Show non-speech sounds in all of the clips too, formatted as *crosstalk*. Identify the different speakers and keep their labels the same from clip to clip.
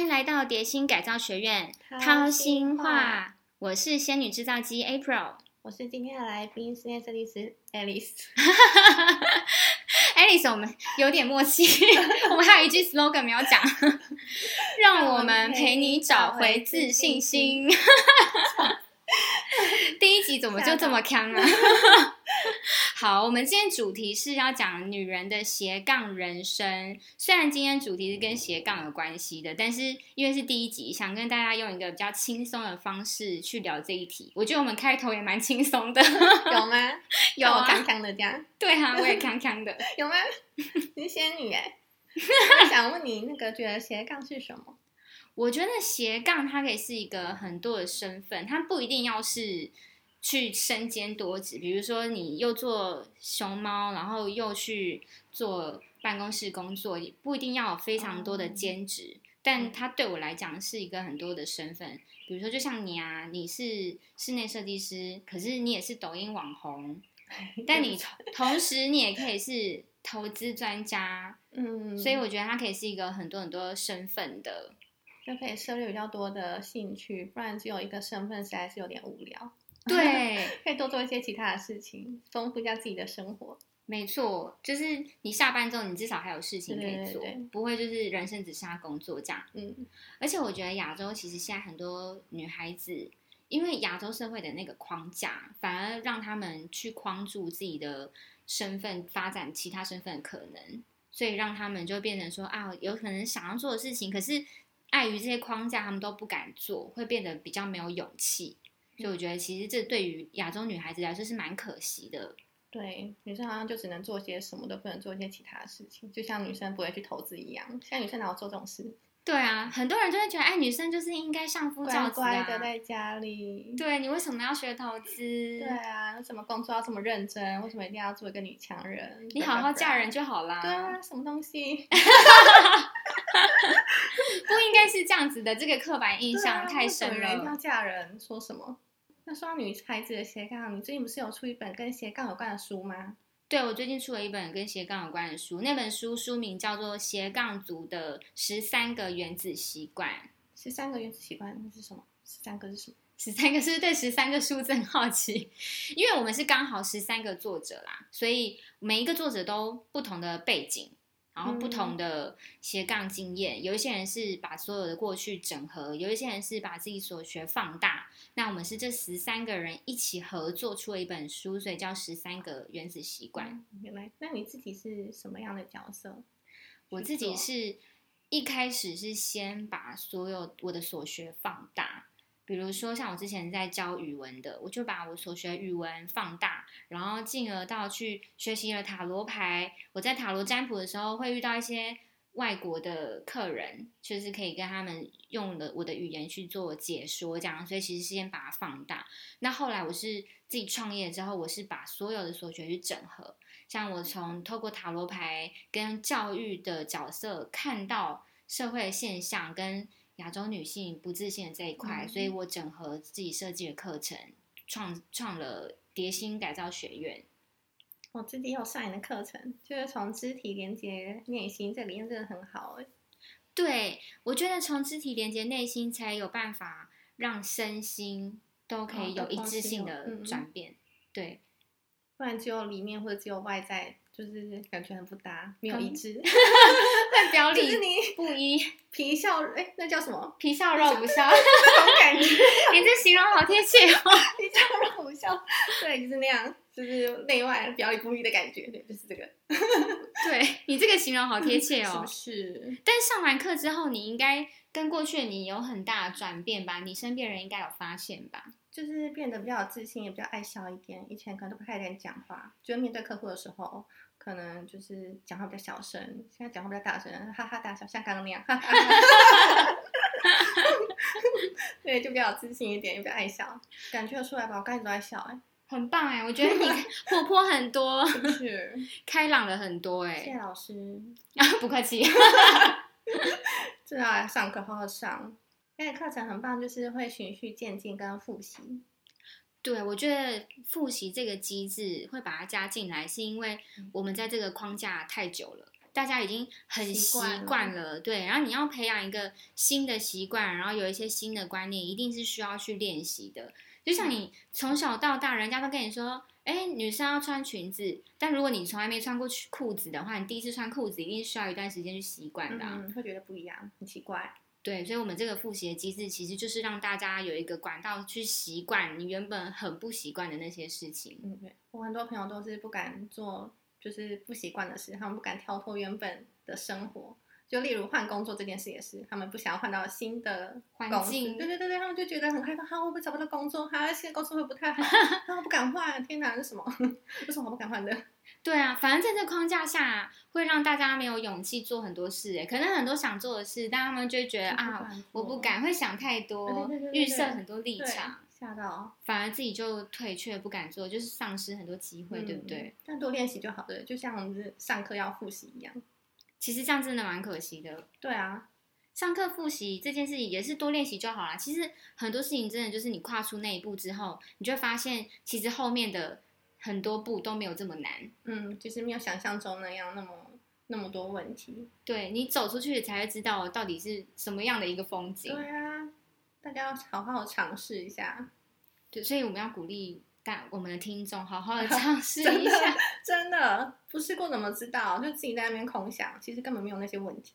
Speaker 1: 迎来到蝶心改造学院，
Speaker 2: 掏
Speaker 1: 掏
Speaker 2: 心
Speaker 1: 心
Speaker 2: 话。
Speaker 1: 话。我是仙女制造机 April。
Speaker 2: 我是今天的来宾，室内设计师
Speaker 1: *laughs*
Speaker 2: Alice。
Speaker 1: Alice，我们有点默契， *laughs* 我们还有一句 slogan 没有讲， *laughs* 让我们陪你找回自信心。 *laughs* 第一集怎么就这么坑啊？ *laughs* 好，我们今天主题是要讲女人的斜杠人生。虽然今天主题是跟斜杠有关系的，但是因为是第一集，想跟大家用一个比较轻松的方式去聊这一题。我觉得我们开头也蛮轻松的， *laughs*
Speaker 2: 有吗？
Speaker 1: 有
Speaker 2: 我
Speaker 1: 啊
Speaker 2: 康，康的这样，
Speaker 1: 对啊，我也康康的。*laughs*
Speaker 2: 有吗？你是仙女哎、我想问你，那个觉得斜杠是什么？
Speaker 1: 我觉得斜杠它可以是一个很多的身份，它不一定要是去身兼多职。比如说，你又做熊猫，然后又去做办公室工作，也不一定要有非常多的兼职。但它对我来讲是一个很多的身份，比如说，就像你啊，你是室内设计师，可是你也是抖音网红，但你同时你也可以是投资专家，
Speaker 2: 嗯，
Speaker 1: 所以我觉得它可以是一个很多很多身份的
Speaker 2: 就可以涉猎比较多的兴趣，不然只有一个身份实在是有点无聊，
Speaker 1: 对，
Speaker 2: 可以多做一些其他的事情，丰富一下自己的生活。
Speaker 1: 没错，就是你下班之后，你至少还有事情可以
Speaker 2: 对对
Speaker 1: 做，
Speaker 2: 对
Speaker 1: 不会就是人生只剩下工作这样。
Speaker 2: 嗯，
Speaker 1: 而且我觉得亚洲其实现在很多女孩子，因为亚洲社会的那个框架，反而让他们去框住自己的身份，发展其他身份的可能，所以让他们就变成说啊，有可能想要做的事情，可是碍于这些框架，他们都不敢做，会变得比较没有勇气。所以
Speaker 2: 嗯
Speaker 1: 我觉得，其实这对于亚洲女孩子来说是蛮可惜的。
Speaker 2: 对，女生好像就只能做些什么都不能做一些其他的事情，就像女生不会去投资一样，像女生哪有做这种事？
Speaker 1: 对啊，很多人就会觉得，哎，女生就是应该相夫教
Speaker 2: 乖
Speaker 1: 子
Speaker 2: 乖
Speaker 1: 啊。
Speaker 2: 的在家里。
Speaker 1: 对你为什么要学投资？
Speaker 2: 对啊，为什么工作要这么认真？为什么一定要做一个女强人？
Speaker 1: 你好好嫁人。就好啦。
Speaker 2: 对啊，什么
Speaker 1: *laughs*
Speaker 2: 东西？
Speaker 1: 不应该是这样子的，这个刻板印
Speaker 2: 对啊
Speaker 1: 象太深
Speaker 2: 为什么人一定要
Speaker 1: 了。
Speaker 2: 嫁人，说什么？那说到女孩子的斜杠，你最近不是有出一本跟斜杠有关的书吗？
Speaker 1: 对我最近出了一本跟斜杠有关的书，那本书书名叫做《斜杠族的十三个原子习惯》。
Speaker 2: 十三个原子习惯是什么？十三个是什么？
Speaker 1: 十三个是不是对十三个数字很好奇？因为我们是刚好十三个作者啦，所以每一个作者都不同的背景，然后不同的斜杠经验。有一些人是把所有的过去整合，有一些人是把自己所学放大。那我们是这十三个人一起合作出了一本书，所以叫《十三个原子习惯》。
Speaker 2: 嗯原来，那你自己是什么样的角色？
Speaker 1: 我自己是一开始是先把所有我的所学放大，比如说像我之前在教语文的，我就把我所学语文放大，然后进而到去学习了塔罗牌。我在塔罗占卜的时候会遇到一些外国的客人，就是可以跟他们用了我的语言去做解说，这样，所以其实是先把它放大。那后来我是自己创业之后，我是把所有的所学去整合，像我从透过塔罗牌跟教育的角色看到社会的现象跟亚洲女性不自信的这一块，
Speaker 2: 嗯
Speaker 1: 所以我整合自己设计的课程，创创了蝶心改造学院。
Speaker 2: 我自己也有上你的课程，就是从肢体连接内心，这理念真的很好哎。
Speaker 1: 对我觉得从肢体连接内心，才有办法让身心都可以
Speaker 2: 哦
Speaker 1: 有
Speaker 2: 都
Speaker 1: 一致性
Speaker 2: 包含
Speaker 1: 的
Speaker 2: 有嗯
Speaker 1: 转变。对，
Speaker 2: 不然只有里面或者只有外在，就是感觉很不搭，没有一
Speaker 1: 嗯
Speaker 2: 致。
Speaker 1: 但表
Speaker 2: *laughs* *laughs* 就
Speaker 1: 里
Speaker 2: 是你
Speaker 1: 不一，
Speaker 2: 皮笑，哎、那叫什么？
Speaker 1: 皮笑肉不笑。
Speaker 2: 那种感觉， *laughs*
Speaker 1: *laughs* 你这形容好贴切哦。
Speaker 2: 皮笑肉不笑，对，就是那样，就是内外表里不一的感觉，对，就是这个，
Speaker 1: *laughs* 对你这个形容好贴切 *laughs* 哦。
Speaker 2: 是不是？
Speaker 1: 但上完课之后，你应该跟过去的你有很大的转变吧？你身边人应该有发现吧？
Speaker 2: 就是变得比较有自信，也比较爱笑一点。以前可能都不太敢讲话，就是面对客户的时候，可能就是讲话比较小声，现在讲话比较大声，哈哈大笑，像刚刚那样， *laughs* 哈哈哈哈。对，就比较有自信一点，也比较爱笑，感觉得出来吧？我刚才都在笑、
Speaker 1: *laughs*
Speaker 2: 哎，
Speaker 1: 很棒哎、我觉 *laughs* 得你活泼很多，
Speaker 2: 是不是？
Speaker 1: 开朗了很多哎、
Speaker 2: 谢谢老师。
Speaker 1: 啊， *laughs* 不客气。
Speaker 2: 是啊，上课好好上。那个课程很棒，就是会循序渐进跟复习。
Speaker 1: 对，我觉得
Speaker 2: 嗯
Speaker 1: 复习这个机制会把它加进来，是因为我们在这个框架太久了，大家已经很习
Speaker 2: 习惯了
Speaker 1: 惯了，对。然后你要培养一个新的习惯，然后有一些新的观念，一定是需要去练习的。就
Speaker 2: 嗯
Speaker 1: 像你从小到大，人家都跟你说，哎，女生要穿裙子，但如果你从来没穿过裙裤子的话，你第一次穿裤子一定需要一段时间去习惯的啊、
Speaker 2: 嗯，会觉得不一样，很奇怪。
Speaker 1: 对，所以，我们这个复习的机制其实就是让大家有一个管道去习惯你原本很不习惯的那些事情。
Speaker 2: 嗯，对我很多朋友都是不敢做，就是不习惯的事，他们不敢跳脱原本的生活。就例如换工作这件事也是，他们不想要换到新的
Speaker 1: 环
Speaker 2: 公司
Speaker 1: 境
Speaker 2: 对对对对，他们就觉得很害怕，哈、会不会找不到工作？哈、现在公司会不
Speaker 1: *laughs*
Speaker 2: 太好，哈、我不敢换，天哪，这是什么？ *laughs* 有什么我不敢换的？
Speaker 1: 对啊，反正在这框架下，会让大家没有勇气做很多事、欸。可能很多想做的事，但他们就会觉得啊，我不
Speaker 2: 敢
Speaker 1: 敢，会想太多
Speaker 2: 对对对，对
Speaker 1: 预设
Speaker 2: 对
Speaker 1: 很多立
Speaker 2: 做，
Speaker 1: 场，
Speaker 2: 对吓到，
Speaker 1: 反而自己就退却，不敢做，就是丧失很多机会，对不
Speaker 2: 嗯
Speaker 1: 对？？
Speaker 2: 但多练习就好了，就像我们是上课要复习一样。
Speaker 1: 其实这样真的蛮可惜的。
Speaker 2: 对啊，
Speaker 1: 上课复习这件事情也是多练习就好啦。其实很多事情真的就是你跨出那一步之后，你就会发现，其实后面的很多步都没有这么难。
Speaker 2: 嗯，就是没有想象中那样那么那么多问题。
Speaker 1: 对你走出去才会知道到底是什么样的一个风景。
Speaker 2: 对啊，大家要好好尝试一下，
Speaker 1: 对，所以我们要鼓励大我们的听众好
Speaker 2: *laughs*
Speaker 1: 好的尝试一下。
Speaker 2: 真的不试过怎么知道？就自己在那边空想，其实根本没有那些问题。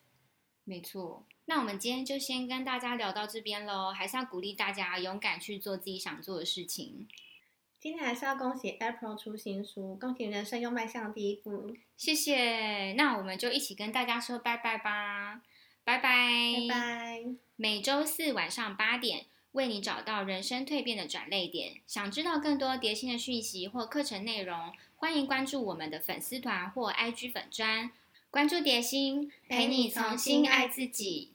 Speaker 1: 没错，那我们今天就先跟大家聊到这边喽，还是要鼓励大家勇敢去做自己想做的事情。
Speaker 2: 今天还是要恭喜 April 出新书，恭喜人生又迈向第一步，
Speaker 1: 谢谢，那我们就一起跟大家说拜拜吧，拜拜，
Speaker 2: 拜拜。
Speaker 1: 每周四晚上八点，为你找到人生蜕变的转类点。想知道更多蝶心的讯息或课程内容，欢迎关注我们的粉丝团或 IG 粉专，关注蝶心，陪你重新爱自己。